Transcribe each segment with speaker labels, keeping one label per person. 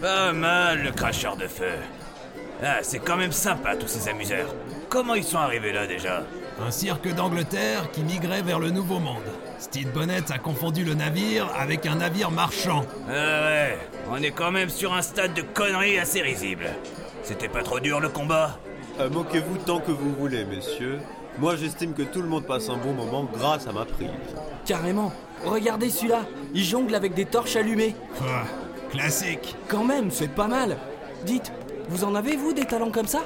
Speaker 1: pas mal, le cracheur de feu. Ah, c'est quand même sympa, tous ces amuseurs. Comment ils sont arrivés là déjà
Speaker 2: Un cirque d'Angleterre qui migrait vers le Nouveau Monde. Steve Bonnet a confondu le navire avec un navire marchand.
Speaker 1: Ah ouais, on est quand même sur un stade de conneries assez risible. C'était pas trop dur le combat
Speaker 3: Euh, Moquez-vous tant que vous voulez, messieurs. Moi, j'estime que tout le monde passe un bon moment grâce à ma prise.
Speaker 4: Carrément. Regardez celui-là. Il jongle avec des torches allumées.
Speaker 2: Quoi Classique
Speaker 4: Quand même, c'est pas mal. Dites, vous en avez vous des talents comme ça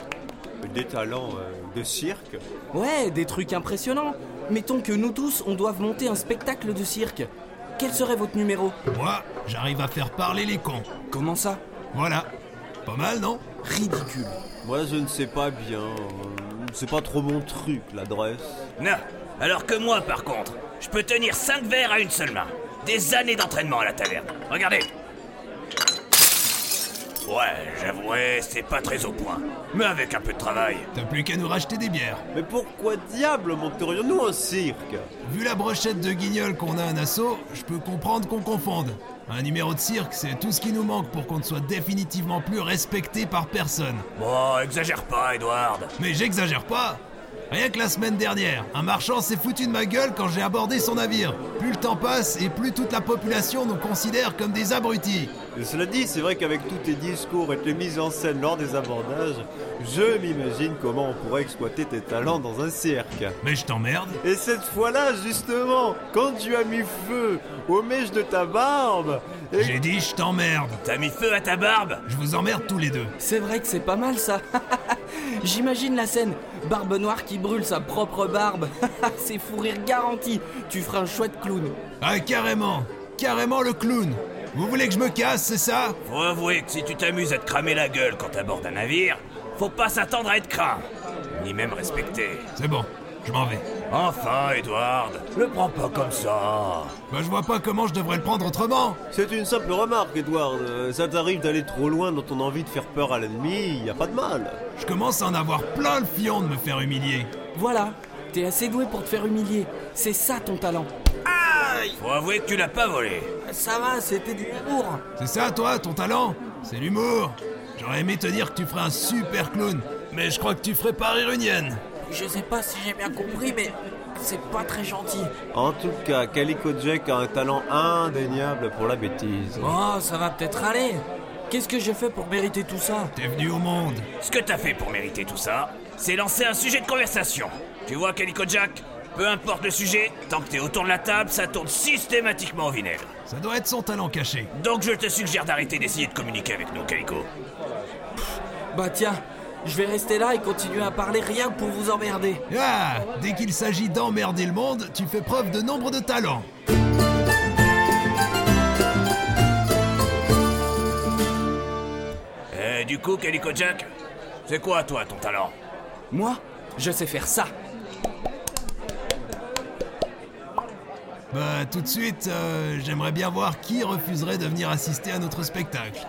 Speaker 3: Des talents euh, de cirque
Speaker 4: Ouais, des trucs impressionnants. Mettons que nous tous, on doive monter un spectacle de cirque. Quel serait votre numéro
Speaker 2: Moi, j'arrive à faire parler les cons.
Speaker 4: Comment ça
Speaker 2: Voilà. Pas mal, non
Speaker 4: Ridicule.
Speaker 3: Moi, je ne sais pas bien. euh, C'est pas trop mon truc, l'adresse.
Speaker 1: Non, alors que moi par contre, je peux tenir 5 verres à une seule main. Des années d'entraînement à la taverne. Regardez Ouais, j'avouerai, c'est pas très au point. Mais avec un peu de travail.
Speaker 2: T'as plus qu'à nous racheter des bières.
Speaker 3: Mais pourquoi diable monterions-nous un cirque
Speaker 2: Vu la brochette de guignol qu'on a un assaut, je peux comprendre qu'on confonde. Un numéro de cirque, c'est tout ce qui nous manque pour qu'on ne soit définitivement plus respecté par personne.
Speaker 1: Bon, exagère pas, Edward.
Speaker 2: Mais j'exagère pas Rien que la semaine dernière, un marchand s'est foutu de ma gueule quand j'ai abordé son navire. Plus le temps passe et plus toute la population nous considère comme des abrutis.
Speaker 3: Et Cela dit, c'est vrai qu'avec tous tes discours et tes mises en scène lors des abordages, je m'imagine comment on pourrait exploiter tes talents dans un cirque.
Speaker 2: Mais je t'emmerde
Speaker 3: Et cette fois-là, justement, quand tu as mis feu aux mèches de ta barbe, et
Speaker 2: J'ai dit je t'emmerde
Speaker 1: T'as mis feu à ta barbe
Speaker 2: Je vous emmerde tous les deux.
Speaker 4: C'est vrai que c'est pas mal ça. J'imagine la scène. Barbe noire qui brûle sa propre barbe. c'est fou rire garanti. Tu feras un chouette clown.
Speaker 2: Ah carrément Carrément le clown Vous voulez que je me casse, c'est ça
Speaker 1: Faut avouer que si tu t'amuses à te cramer la gueule quand t'abordes un navire, faut pas s'attendre à être craint, ni même respecté.
Speaker 2: C'est bon, je m'en vais.
Speaker 1: Enfin, Edward, le prends pas comme ça.
Speaker 2: Bah je vois pas comment je devrais le prendre autrement
Speaker 3: c'est une simple remarque, Edward. Euh, Ça t'arrive d'aller trop loin dans ton envie de faire peur à l'ennemi, y a pas de mal.
Speaker 2: Je commence à en avoir plein le fion de me faire humilier.
Speaker 4: Voilà. T'es assez doué pour te faire humilier. C'est ça ton talent.
Speaker 1: Faut avouer que tu l'as pas volé.
Speaker 4: Ça va, c'était du lourd.
Speaker 2: C'est ça toi, ton talent C'est l'humour J'aurais aimé te dire que tu ferais un super clown, mais je crois que tu ferais pas rire une hyène.
Speaker 4: Je sais pas si j'ai bien compris, mais c'est pas très gentil.
Speaker 3: En tout cas, Calico Jack a un talent indéniable pour la bêtise.
Speaker 4: Oh, ça va peut-être aller. Qu'est-ce que j'ai fait pour mériter tout ça
Speaker 2: T'es venu au monde,
Speaker 1: Ce que t'as fait pour mériter tout ça, c'est lancer un sujet de conversation. Tu vois, Calico Jack, peu importe le sujet, tant que t'es autour de la table, ça tourne systématiquement au vinaigre.
Speaker 2: ça doit être son talent caché.
Speaker 1: Donc je te suggère d'arrêter d'essayer de communiquer avec nous, Calico.
Speaker 4: Bah tiens, je vais rester là et continuer à parler rien que pour vous emmerder.
Speaker 2: Ah Dès qu'il s'agit d'emmerder le monde, tu fais preuve de nombre de talents.
Speaker 1: Et Eh, du coup, Calico Jack, c'est quoi toi ton talent
Speaker 4: Moi, je sais faire ça.
Speaker 2: Bah tout de suite, euh, j'aimerais bien voir qui refuserait de venir assister à notre spectacle.